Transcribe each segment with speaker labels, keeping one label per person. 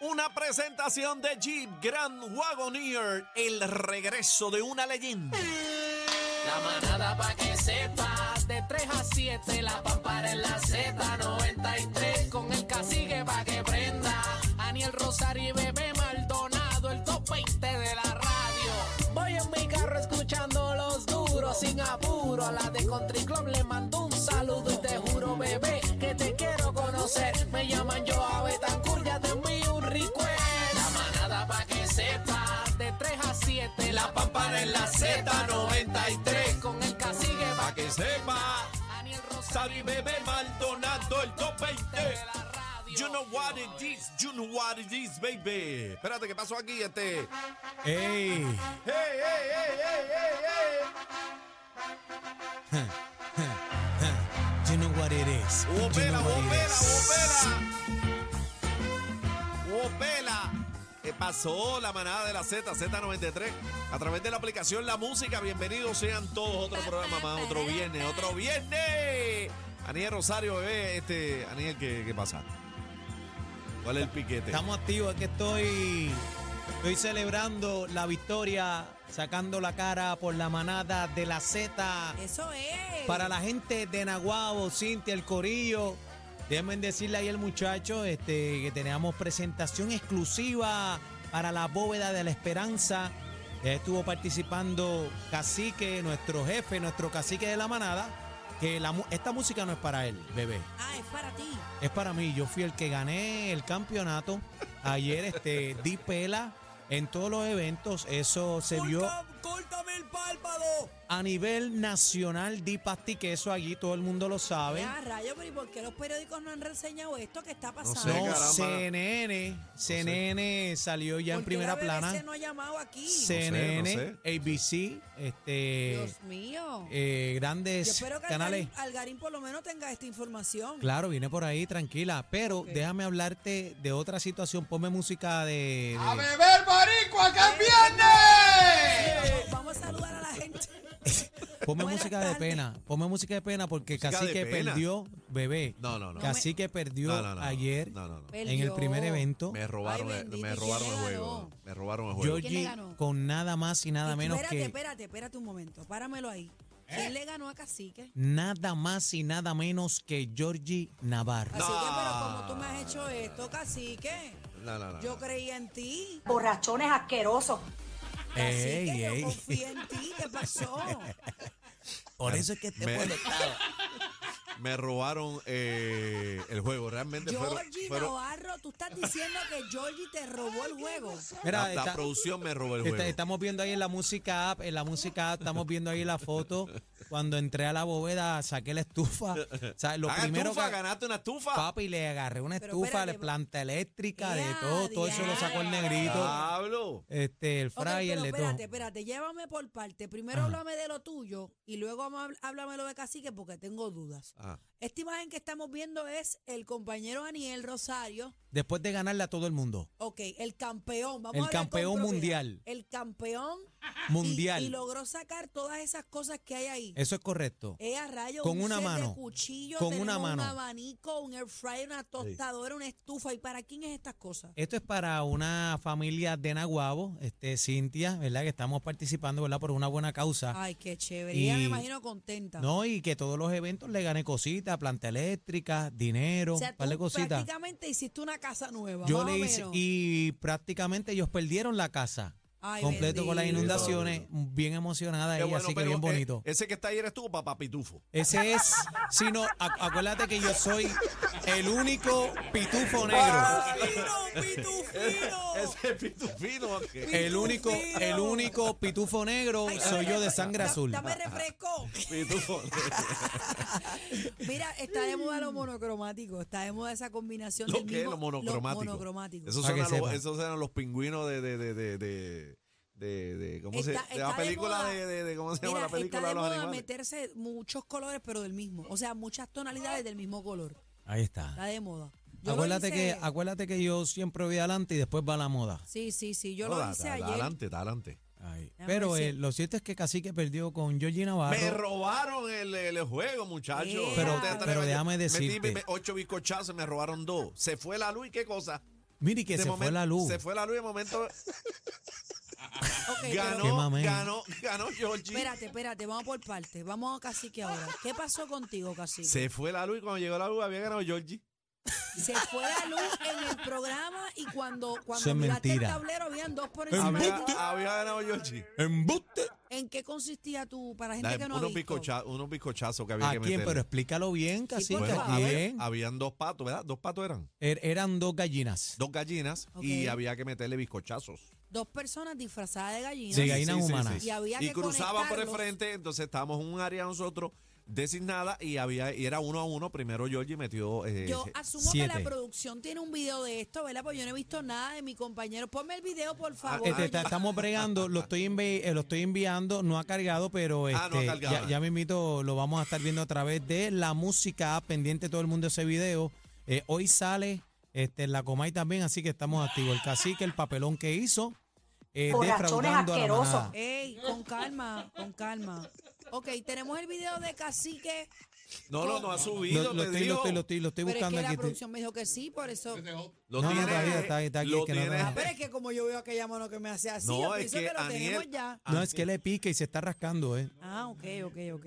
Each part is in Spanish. Speaker 1: Una presentación de Jeep Grand Wagoneer, el regreso de una leyenda.
Speaker 2: La manada pa' que sepas, de 3 a 7, la pampara en la Z93, con el cacique pa' que prenda, Aniel Rosario y Bebé Maldonado, el top 20 de la radio. Voy en mi carro escuchando los duros, sin apuro, a la de Country Club le mando un saludo y te juro, bebé, que te quiero conocer. Me llaman yo a Betancourt, ya te envío un request. La manada pa' que sepas, de 3 a 7, la pampara en la Z93, con el cacique pa' que
Speaker 1: sepa,
Speaker 2: Aniel
Speaker 1: Sari
Speaker 2: Rosario y
Speaker 1: Bebé
Speaker 2: Bebé
Speaker 1: Maldonado, el top 20.
Speaker 2: de la radio.
Speaker 1: You know what it is, you know what it is, baby. Espérate, ¿qué pasó aquí? Este. ¡Ey!
Speaker 3: ¡Ey!
Speaker 1: ¡Ey, ey, ey, ey, ey!
Speaker 3: You know what it is.
Speaker 1: ey. Hubo
Speaker 3: You
Speaker 1: pela, hubo
Speaker 3: know what it
Speaker 1: pela,
Speaker 3: is.
Speaker 1: hubo pela. Hubo pela. ¿Qué pasó? La manada de la Z, Z93. A través de la aplicación La Música, bienvenidos sean todos. Otro programa más, otro viernes, otro viernes. Aniel Rosario, bebé. Este, Aniel, ¿qué, qué pasa? ¿Cuál es el piquete?
Speaker 3: Estamos activos, es que estoy, estoy celebrando la victoria, sacando la cara por la manada de la Z.
Speaker 4: Eso es.
Speaker 3: Para la gente de Naguabo, Cintia, el Corillo, déjenme decirle ahí al muchacho este, que teníamos presentación exclusiva para la bóveda de la esperanza. Ya Estuvo participando Cacique, nuestro jefe, nuestro cacique de la manada, que la mu- esta música no es para él, bebé.
Speaker 4: Ah, es para ti.
Speaker 3: Es para mí, yo fui el que gané el campeonato. Ayer este, di pela en todos los eventos, eso se vio
Speaker 4: el párpado.
Speaker 3: a nivel nacional, di pasti, que eso allí todo el mundo lo sabe.
Speaker 4: Ya, rayo, pero ¿y por qué los periódicos no han reseñado esto que está
Speaker 1: sé,
Speaker 4: pasando?
Speaker 1: Sí,
Speaker 3: No,
Speaker 1: caramba.
Speaker 3: CNN, CNN salió ya en
Speaker 4: ¿Por qué
Speaker 3: primera
Speaker 4: la BBC
Speaker 3: plana.
Speaker 4: no ha llamado aquí.
Speaker 3: CNN,
Speaker 1: No sé, no
Speaker 3: ABC, este,
Speaker 4: Dios mío.
Speaker 3: eh,
Speaker 4: Yo
Speaker 3: grandes
Speaker 4: espero que
Speaker 3: canales.
Speaker 4: Algarín, Algarín por lo menos tenga esta información.
Speaker 3: Claro, viene por ahí, tranquila. Pero
Speaker 4: Ok.
Speaker 3: déjame hablarte de otra situación. Ponme música de- de
Speaker 5: beber marico, que es
Speaker 4: Sí,
Speaker 5: viernes!
Speaker 4: vamos- Vamos a saludar a la gente.
Speaker 3: Ponme
Speaker 4: Buenas
Speaker 3: música de
Speaker 4: tardes.
Speaker 3: pena, ponme música de pena porque
Speaker 1: Música de
Speaker 3: Cacique
Speaker 1: pena.
Speaker 3: perdió, bebé.
Speaker 1: No, no, no.
Speaker 3: Cacique perdió
Speaker 1: No, no, no, no.
Speaker 3: ayer
Speaker 1: No, no, no.
Speaker 3: en el
Speaker 4: Perdió.
Speaker 3: primer evento.
Speaker 1: Me robaron,
Speaker 4: Ay,
Speaker 1: el-
Speaker 4: bendito,
Speaker 1: me
Speaker 4: ¿y
Speaker 1: robaron el
Speaker 4: quién le
Speaker 1: juego.
Speaker 4: ganó?
Speaker 1: Me robaron el juego.
Speaker 4: ¿Quién le
Speaker 3: Georgie
Speaker 4: ganó?
Speaker 3: con nada más y nada menos
Speaker 4: espérate,
Speaker 3: que ¿Eh?
Speaker 4: espérate, espérate un momento. Páramelo ahí. ¿Quién le ganó a Cacique?
Speaker 3: nada más y nada menos que Georgie Navarro.
Speaker 4: Cacique,
Speaker 1: No.
Speaker 4: pero como tú me has hecho esto, Cacique,
Speaker 1: No, no, no.
Speaker 4: yo
Speaker 1: no.
Speaker 4: creía en ti.
Speaker 6: borrachones asquerosos.
Speaker 4: Cacique,
Speaker 3: Ey,
Speaker 4: Ah, yo
Speaker 3: ey.
Speaker 4: confío en ti. ¿Qué pasó?
Speaker 3: Por eso es que este
Speaker 1: Me-
Speaker 3: molestado.
Speaker 1: Me robaron eh, el juego. Realmente fueron-
Speaker 4: Georgie
Speaker 1: fueron-
Speaker 4: Navarro, tú estás diciendo que Georgie te robó el juego.
Speaker 3: Mira,
Speaker 1: la, la
Speaker 3: está-
Speaker 1: producción me robó el
Speaker 3: está-
Speaker 1: juego.
Speaker 3: estamos viendo ahí en la música app, en la música app, estamos viendo ahí la foto. Cuando entré a la bóveda, saqué la estufa. O sea, lo
Speaker 1: Ah,
Speaker 3: primero
Speaker 1: estufa,
Speaker 3: que-
Speaker 1: ganaste una estufa.
Speaker 3: Papi, le agarré una
Speaker 4: Pero
Speaker 3: estufa,
Speaker 4: espérate,
Speaker 3: de planta eléctrica, de
Speaker 4: ¡Ea,
Speaker 3: todo, todo eso lo sacó el
Speaker 4: diablo!
Speaker 1: Ah.
Speaker 3: negrito.
Speaker 1: Diablo.
Speaker 3: Este, el
Speaker 4: Ok,
Speaker 3: fryer,
Speaker 4: pero
Speaker 3: de todo.
Speaker 4: espérate, espérate, llévame por parte. Primero
Speaker 3: Ajá.
Speaker 4: háblame de lo tuyo y luego habl- háblame lo de Cacique porque tengo dudas.
Speaker 1: Ah,
Speaker 4: Esta imagen que estamos viendo es el compañero Aniel Rosario,
Speaker 3: Después de ganarle a todo el mundo.
Speaker 4: ok, el campeón. Vamos
Speaker 3: El
Speaker 4: a hablar con
Speaker 3: campeón
Speaker 4: propiedad.
Speaker 3: mundial.
Speaker 4: El campeón
Speaker 3: Mundial.
Speaker 4: Y, y logró sacar todas esas cosas que hay ahí.
Speaker 3: Eso es correcto.
Speaker 4: Ella rayo,
Speaker 3: Con
Speaker 4: un
Speaker 3: una
Speaker 4: set
Speaker 3: mano.
Speaker 4: de cuchillo,
Speaker 3: Con
Speaker 4: tenemos
Speaker 3: una mano.
Speaker 4: un abanico, un air fryer, una tostadora, una estufa. ¿Y para quién es estas cosas?
Speaker 3: Esto es para una familia de Naguabo, este, Cintia, ¿verdad? Que estamos participando, ¿verdad? Por una buena causa.
Speaker 4: Ay, qué chévere. Ella me
Speaker 3: Y-
Speaker 4: imagino contenta.
Speaker 3: No, y que todos los eventos le gané cositas, planta eléctrica, dinero,
Speaker 4: o sea,
Speaker 3: par de
Speaker 4: tú
Speaker 3: cositas.
Speaker 4: prácticamente hiciste una casa nueva.
Speaker 3: Yo
Speaker 4: más
Speaker 3: le
Speaker 4: o
Speaker 3: hice,
Speaker 4: menos.
Speaker 3: y prácticamente ellos perdieron la casa.
Speaker 4: Ay,
Speaker 3: completo con las
Speaker 4: bendito.
Speaker 3: inundaciones, bien emocionada
Speaker 1: qué
Speaker 3: ella,
Speaker 1: bueno,
Speaker 3: así que
Speaker 1: pero,
Speaker 3: bien
Speaker 1: eh,
Speaker 3: bonito.
Speaker 1: ese que está ahí eres tú, papá Pitufo.
Speaker 3: Ese es, si no, acu- acuérdate que yo soy el único pitufo
Speaker 4: Ah,
Speaker 3: negro.
Speaker 4: ¡Pitufino, pitufino!
Speaker 1: Ese Pitufino. ok.
Speaker 3: El único, el único pitufo negro
Speaker 4: Ay,
Speaker 3: soy
Speaker 4: dame
Speaker 3: yo de
Speaker 4: refre-
Speaker 3: sangre
Speaker 4: da-
Speaker 3: azul.
Speaker 4: Dame refresco.
Speaker 1: Pitufo.
Speaker 4: Mira, está de moda lo monocromático. Está de moda esa combinación
Speaker 1: ¿Lo
Speaker 4: del
Speaker 1: qué?
Speaker 4: mismo-
Speaker 1: Lo monocromático.
Speaker 4: Lo monocromático.
Speaker 1: Esos,
Speaker 3: Pa'
Speaker 1: son
Speaker 3: que
Speaker 1: a los,
Speaker 3: sepa.
Speaker 1: esos eran los pingüinos de... de, de, de, de de, de- ¿cómo se
Speaker 4: Está-
Speaker 1: de la
Speaker 4: está de
Speaker 1: película
Speaker 4: moda.
Speaker 1: de, de- de- cómo se llama
Speaker 4: Mira,
Speaker 1: la película de
Speaker 4: está de
Speaker 1: los
Speaker 4: moda
Speaker 1: animales
Speaker 4: meterse muchos colores, pero del mismo. O sea, muchas tonalidades del mismo color.
Speaker 3: Ahí está.
Speaker 4: Está de moda. Yo lo
Speaker 3: Acuérdate
Speaker 4: hice-
Speaker 3: que, acuérdate que yo siempre voy adelante y después va la moda.
Speaker 4: Sí, sí, sí. Yo
Speaker 1: No,
Speaker 4: lo
Speaker 1: da-
Speaker 4: hice
Speaker 1: da- da
Speaker 4: ayer.
Speaker 1: adelante da adelante
Speaker 3: Ay,
Speaker 4: Déjame
Speaker 3: Pero
Speaker 4: ver si-
Speaker 3: eh, lo cierto es que Cacique perdió con Georgie
Speaker 1: Me
Speaker 3: Navarro.
Speaker 1: robaron el, el juego, muchacho.
Speaker 4: Ea.
Speaker 3: Pero-
Speaker 1: No te
Speaker 3: pero
Speaker 1: atrevas.
Speaker 3: déjame
Speaker 1: Metí
Speaker 3: decirte.
Speaker 1: me- ocho bizcochazos, me robaron dos. Se fue la luz y qué cosa.
Speaker 3: Mire, que
Speaker 1: de
Speaker 3: se fue
Speaker 1: momento-
Speaker 3: la luz.
Speaker 1: Se fue la luz y de momento
Speaker 4: Ok, pero-
Speaker 3: Qué
Speaker 1: ganó,
Speaker 3: mamey.
Speaker 1: ganó, ganó Georgie.
Speaker 4: espérate, espérate, vamos por partes. Vamos a Cacique ahora. ¿Qué pasó contigo, Cacique?
Speaker 1: Se fue la luz y cuando llegó la luz había ganado Georgie.
Speaker 4: Se fue la luz en el programa y cuando,
Speaker 3: Eso
Speaker 4: cuando
Speaker 3: es
Speaker 4: miraste el
Speaker 3: mentira.
Speaker 4: tablero habían dos por encima. de
Speaker 1: Había,
Speaker 4: ti.
Speaker 1: había ganado Georgie.
Speaker 3: ¡Embuste!
Speaker 4: ¿En qué consistía tu, para gente
Speaker 1: Dale,
Speaker 4: que no ha
Speaker 1: unos,
Speaker 4: visto?
Speaker 1: bizcocha- unos bizcochazos que había
Speaker 3: ¿A
Speaker 1: que
Speaker 3: quién?
Speaker 1: meter.
Speaker 3: Pero explícalo bien, casi
Speaker 4: por
Speaker 1: Bueno,
Speaker 4: favor.
Speaker 3: bien.
Speaker 1: Habían dos patos, ¿verdad? Dos patos eran.
Speaker 3: Er- eran dos gallinas.
Speaker 1: Dos gallinas y
Speaker 4: Ok.
Speaker 1: había que meterle bizcochazos.
Speaker 4: Dos personas disfrazadas de gallinas.
Speaker 3: Sí, gallinas humanas.
Speaker 4: Y había que
Speaker 1: cruzaban por el
Speaker 4: conectarlos.
Speaker 1: frente, entonces estábamos en un área nosotros designada y había y era uno a uno. Primero Georgie metió. eh,
Speaker 4: Yo
Speaker 1: eh,
Speaker 4: asumo que
Speaker 3: siete.
Speaker 4: la producción tiene un video de esto, ¿verdad? Porque yo no he visto nada de mi compañero. Ponme el video, por favor.
Speaker 3: Este, está- estamos bregando, lo estoy, envi- eh, lo estoy enviando, no ha cargado, pero
Speaker 1: Ah, no ha
Speaker 3: este,
Speaker 1: cargado.
Speaker 3: ya, ya me invito, lo vamos a estar viendo a través de la música, pendiente todo el mundo ese video. Eh, hoy sale este, en la Comay también, así que estamos activos. El cacique, el papelón que hizo, eh,
Speaker 6: Corazones
Speaker 3: defraudando a la
Speaker 6: asquerosos.
Speaker 3: manada.
Speaker 4: Ey, con calma, con calma. Ok, tenemos el video de Cacique.
Speaker 1: no, no, no ha
Speaker 3: Lo,
Speaker 1: subido.
Speaker 3: lo
Speaker 1: te
Speaker 3: estoy, lo
Speaker 1: digo.
Speaker 3: estoy, lo estoy, lo estoy
Speaker 4: Pero es
Speaker 3: buscando
Speaker 4: que la
Speaker 3: aquí. este,
Speaker 4: producción me dijo que sí, por eso.
Speaker 1: Lo
Speaker 3: No, no,
Speaker 1: tienes,
Speaker 3: todavía está ahí, está aquí,
Speaker 1: lo
Speaker 3: que no lo-
Speaker 1: tienes-
Speaker 4: Ah, pero es que como yo veo a aquella mano que me hace así,
Speaker 1: No,
Speaker 4: yo
Speaker 1: es
Speaker 4: pienso que,
Speaker 1: que
Speaker 4: lo tenemos
Speaker 1: Aniel-
Speaker 4: ya.
Speaker 3: No, es que le pica y se está rascando, ¿eh?
Speaker 4: Ah, ok, ok, ok.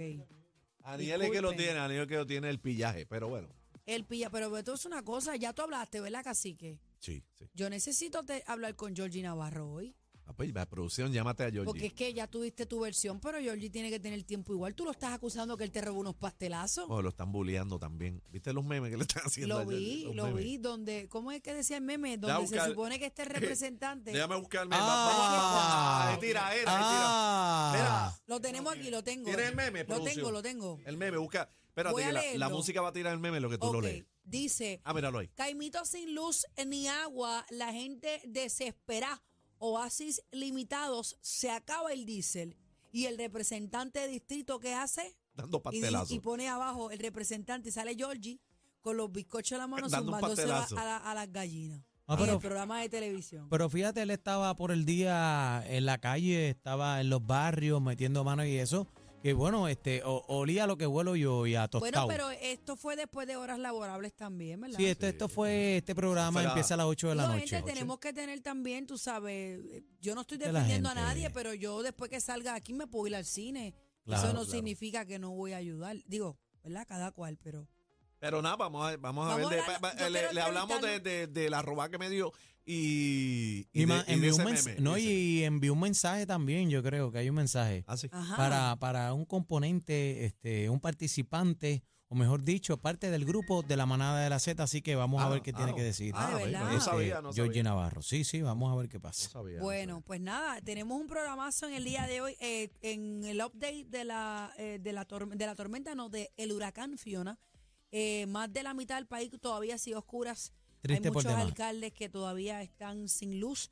Speaker 1: Aniel es que lo
Speaker 4: Disculpen.
Speaker 1: tiene, Aniel es que lo tiene el pillaje, pero bueno.
Speaker 4: El pilla, pero esto es una cosa, ya tú hablaste, ¿verdad, Cacique?
Speaker 1: Sí, sí.
Speaker 4: Yo necesito te- hablar con Georgie Navarro hoy.
Speaker 1: Ah, pues, la producción, llámate a
Speaker 4: Porque
Speaker 1: Georgie.
Speaker 4: es que ya tuviste tu versión, pero Georgie tiene que tener tiempo igual. Tú lo estás acusando que él te robó unos pastelazos.
Speaker 1: Oh, lo están bulleando también. ¿Viste los memes que le están haciendo?
Speaker 4: Lo
Speaker 1: a Georgie?
Speaker 4: vi,
Speaker 1: Los
Speaker 4: lo
Speaker 1: memes.
Speaker 4: vi, donde, ¿cómo es que decía el meme?
Speaker 1: Deja
Speaker 4: Donde se
Speaker 1: buscar-
Speaker 4: supone que este representante.
Speaker 1: Déjame buscarme.
Speaker 3: Ah.
Speaker 1: Ah, tira, era,
Speaker 3: Ah.
Speaker 4: Lo tenemos aquí, lo tengo.
Speaker 1: ¿Tienes el meme,
Speaker 4: Lo
Speaker 1: producción?
Speaker 4: tengo, lo tengo.
Speaker 1: El meme, busca. Espérate,
Speaker 4: Ah. Voy a
Speaker 1: que la, la
Speaker 4: leerlo.
Speaker 1: música va a tirar el meme, lo que tú lo
Speaker 4: Ok,
Speaker 1: lees.
Speaker 4: dice,
Speaker 1: Ah, míralo ahí.
Speaker 4: Caimito sin luz ni agua, la gente desespera, oasis limitados, se acaba el diésel. Y el representante de distrito, ¿qué hace?
Speaker 1: Dando
Speaker 4: Y, di-
Speaker 1: pastelazos.
Speaker 4: y pone abajo el representante, sale Georgie con los bizcochos en la mano
Speaker 1: Dando un
Speaker 4: zumbándose la-
Speaker 1: pastelazo.
Speaker 4: a, la- a las gallinas.
Speaker 3: Ah,
Speaker 4: en
Speaker 3: pero-
Speaker 4: el programa de televisión.
Speaker 3: Pero fíjate, él estaba por el día en la calle, estaba en los barrios metiendo manos y eso. Que bueno, este, o- olía lo que vuelo yo y a
Speaker 4: bueno,
Speaker 3: tostado.
Speaker 4: pero esto fue después de horas laborables también, ¿verdad?
Speaker 3: sí, esto, esto fue, este programa
Speaker 1: Fue la-
Speaker 3: empieza a las 8 de la
Speaker 4: Digo,
Speaker 3: noche.
Speaker 4: gente, tenemos que tener también, tú sabes, eh, yo no estoy
Speaker 3: Que la
Speaker 4: defendiendo
Speaker 3: gente-
Speaker 4: a nadie, pero yo después que salga aquí me puedo ir al cine.
Speaker 3: Claro,
Speaker 4: Eso no
Speaker 1: claro.
Speaker 4: significa que no voy a ayudar. Digo, ¿verdad? Cada cual, pero...
Speaker 1: Pero nada, vamos a, vamos a
Speaker 4: Vamos
Speaker 1: ver.
Speaker 4: a
Speaker 1: de-
Speaker 4: hablar-
Speaker 1: pa- pa-
Speaker 4: yo
Speaker 1: le,
Speaker 4: quiero
Speaker 1: le hablamos de,
Speaker 4: entrevistarlo.
Speaker 1: de, de la robada que me dio y.
Speaker 3: Y,
Speaker 1: de-
Speaker 3: ma-
Speaker 1: y de
Speaker 3: envió un
Speaker 1: ese
Speaker 3: mens-
Speaker 1: meme,
Speaker 3: no,
Speaker 1: dice.
Speaker 3: y envió un mensaje también, yo creo que hay un mensaje.
Speaker 1: Ah, sí.
Speaker 4: Ajá.
Speaker 3: Para, para un componente, este, un participante, o mejor dicho, parte del grupo de la manada de la Z, así que vamos a
Speaker 1: Ah,
Speaker 3: ver qué
Speaker 1: ah,
Speaker 3: tiene que decir. Eh,
Speaker 1: ah,
Speaker 4: Ah, de verdad.
Speaker 1: No sabía, no
Speaker 3: Georgie
Speaker 1: sabía.
Speaker 3: Navarro. Sí, sí, vamos a ver qué pasa.
Speaker 1: No sabía, no
Speaker 4: Bueno, pues nada, tenemos un programazo en el día de hoy, eh, en el update de la, eh, de, la tor- de la tormenta, no, del el huracán Fiona. Eh, más de la mitad del país todavía sigue oscuras.
Speaker 3: Triste
Speaker 4: Hay
Speaker 3: por
Speaker 4: muchos
Speaker 3: demás.
Speaker 4: alcaldes que todavía están sin luz,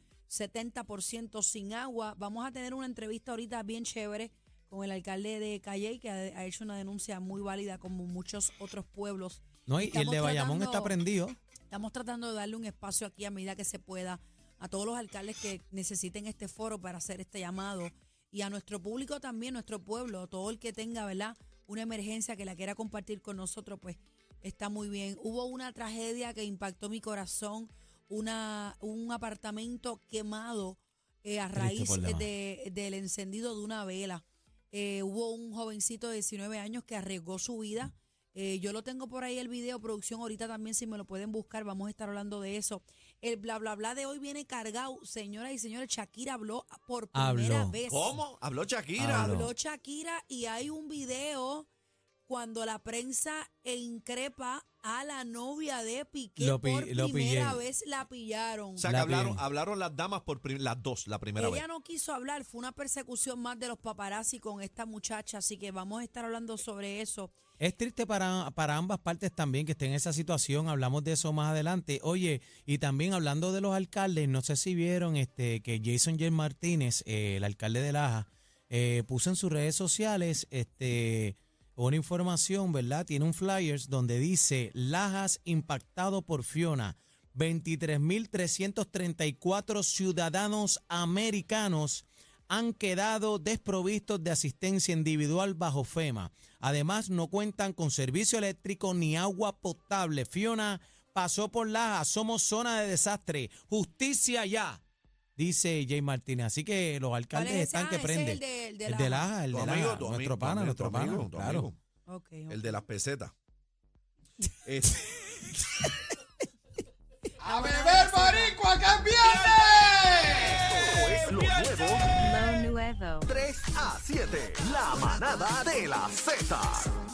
Speaker 4: 70% sin agua. Vamos a tener una entrevista ahorita bien chévere con el alcalde de Calle, que ha, ha hecho una denuncia muy válida como muchos otros pueblos.
Speaker 3: No, y, y el
Speaker 4: Estamos
Speaker 3: de Bayamón
Speaker 4: tratando-
Speaker 3: está prendido.
Speaker 4: Estamos tratando de darle un espacio aquí a medida que se pueda a todos los alcaldes que necesiten este foro para hacer este llamado y a nuestro público también, nuestro pueblo, todo el que tenga, ¿verdad? Una emergencia que la quiera compartir con nosotros, pues está muy bien. Hubo una tragedia que impactó mi corazón, una, un apartamento quemado eh, a
Speaker 3: Triste
Speaker 4: raíz
Speaker 3: por demás.
Speaker 4: de- del encendido de una vela. Eh, hubo un jovencito de 19 años que arriesgó su vida. Eh, yo lo tengo por ahí el video, producción, ahorita también si me lo pueden buscar, vamos a estar hablando de eso. El bla bla bla de hoy viene cargado, señoras y señores, Shakira habló por primera
Speaker 3: Habló.
Speaker 4: vez.
Speaker 1: ¿Cómo? Habló Shakira.
Speaker 3: Habló.
Speaker 4: Habló Shakira y hay un video cuando la prensa e increpa a la novia de Piqué
Speaker 3: Lo pi-
Speaker 4: por
Speaker 3: lo
Speaker 4: primera
Speaker 3: pillé.
Speaker 4: vez la pillaron.
Speaker 1: O sea, que
Speaker 3: La
Speaker 1: hablaron,
Speaker 3: prim-
Speaker 1: hablaron las damas por prim- las dos la primera
Speaker 4: Ella
Speaker 1: vez.
Speaker 4: no quiso hablar, fue una persecución más de los paparazzi con esta muchacha, así que vamos a estar hablando sobre eso.
Speaker 3: Es triste para, para ambas partes también que estén en esa situación. Hablamos de eso más adelante. Oye, y también hablando de los alcaldes, no sé si vieron este que Jason J. Martínez, eh, el alcalde de Laja, eh, puso en sus redes sociales este una información, ¿verdad? Tiene un flyers donde dice Lajas impactado por Fiona. 23.334 ciudadanos americanos han quedado desprovistos de asistencia individual bajo FEMA. Además, no cuentan con servicio eléctrico ni agua potable. Fiona pasó por Laja, somos zona de desastre, justicia ya, dice Jay Martínez. Así que los alcaldes
Speaker 4: ese?
Speaker 3: están
Speaker 4: Ah,
Speaker 3: que
Speaker 4: ese es
Speaker 3: prenden.
Speaker 4: el de- el de
Speaker 3: el de
Speaker 4: Laja.
Speaker 3: Laja, el
Speaker 1: Tu
Speaker 3: de
Speaker 1: amigo,
Speaker 3: Laja,
Speaker 1: tu
Speaker 3: nuestro
Speaker 1: amigo, tu
Speaker 3: pana,
Speaker 1: amigo,
Speaker 3: nuestro
Speaker 1: tu
Speaker 3: pana,
Speaker 1: amigo, tu
Speaker 3: claro.
Speaker 1: amigo.
Speaker 4: Ok, ok.
Speaker 1: El de las pesetas. Este-
Speaker 5: ¡A beber boricua, que es viernes!
Speaker 6: es lo nuevo
Speaker 7: Lo nuevo.
Speaker 6: 3 a 7. La manada de la Z.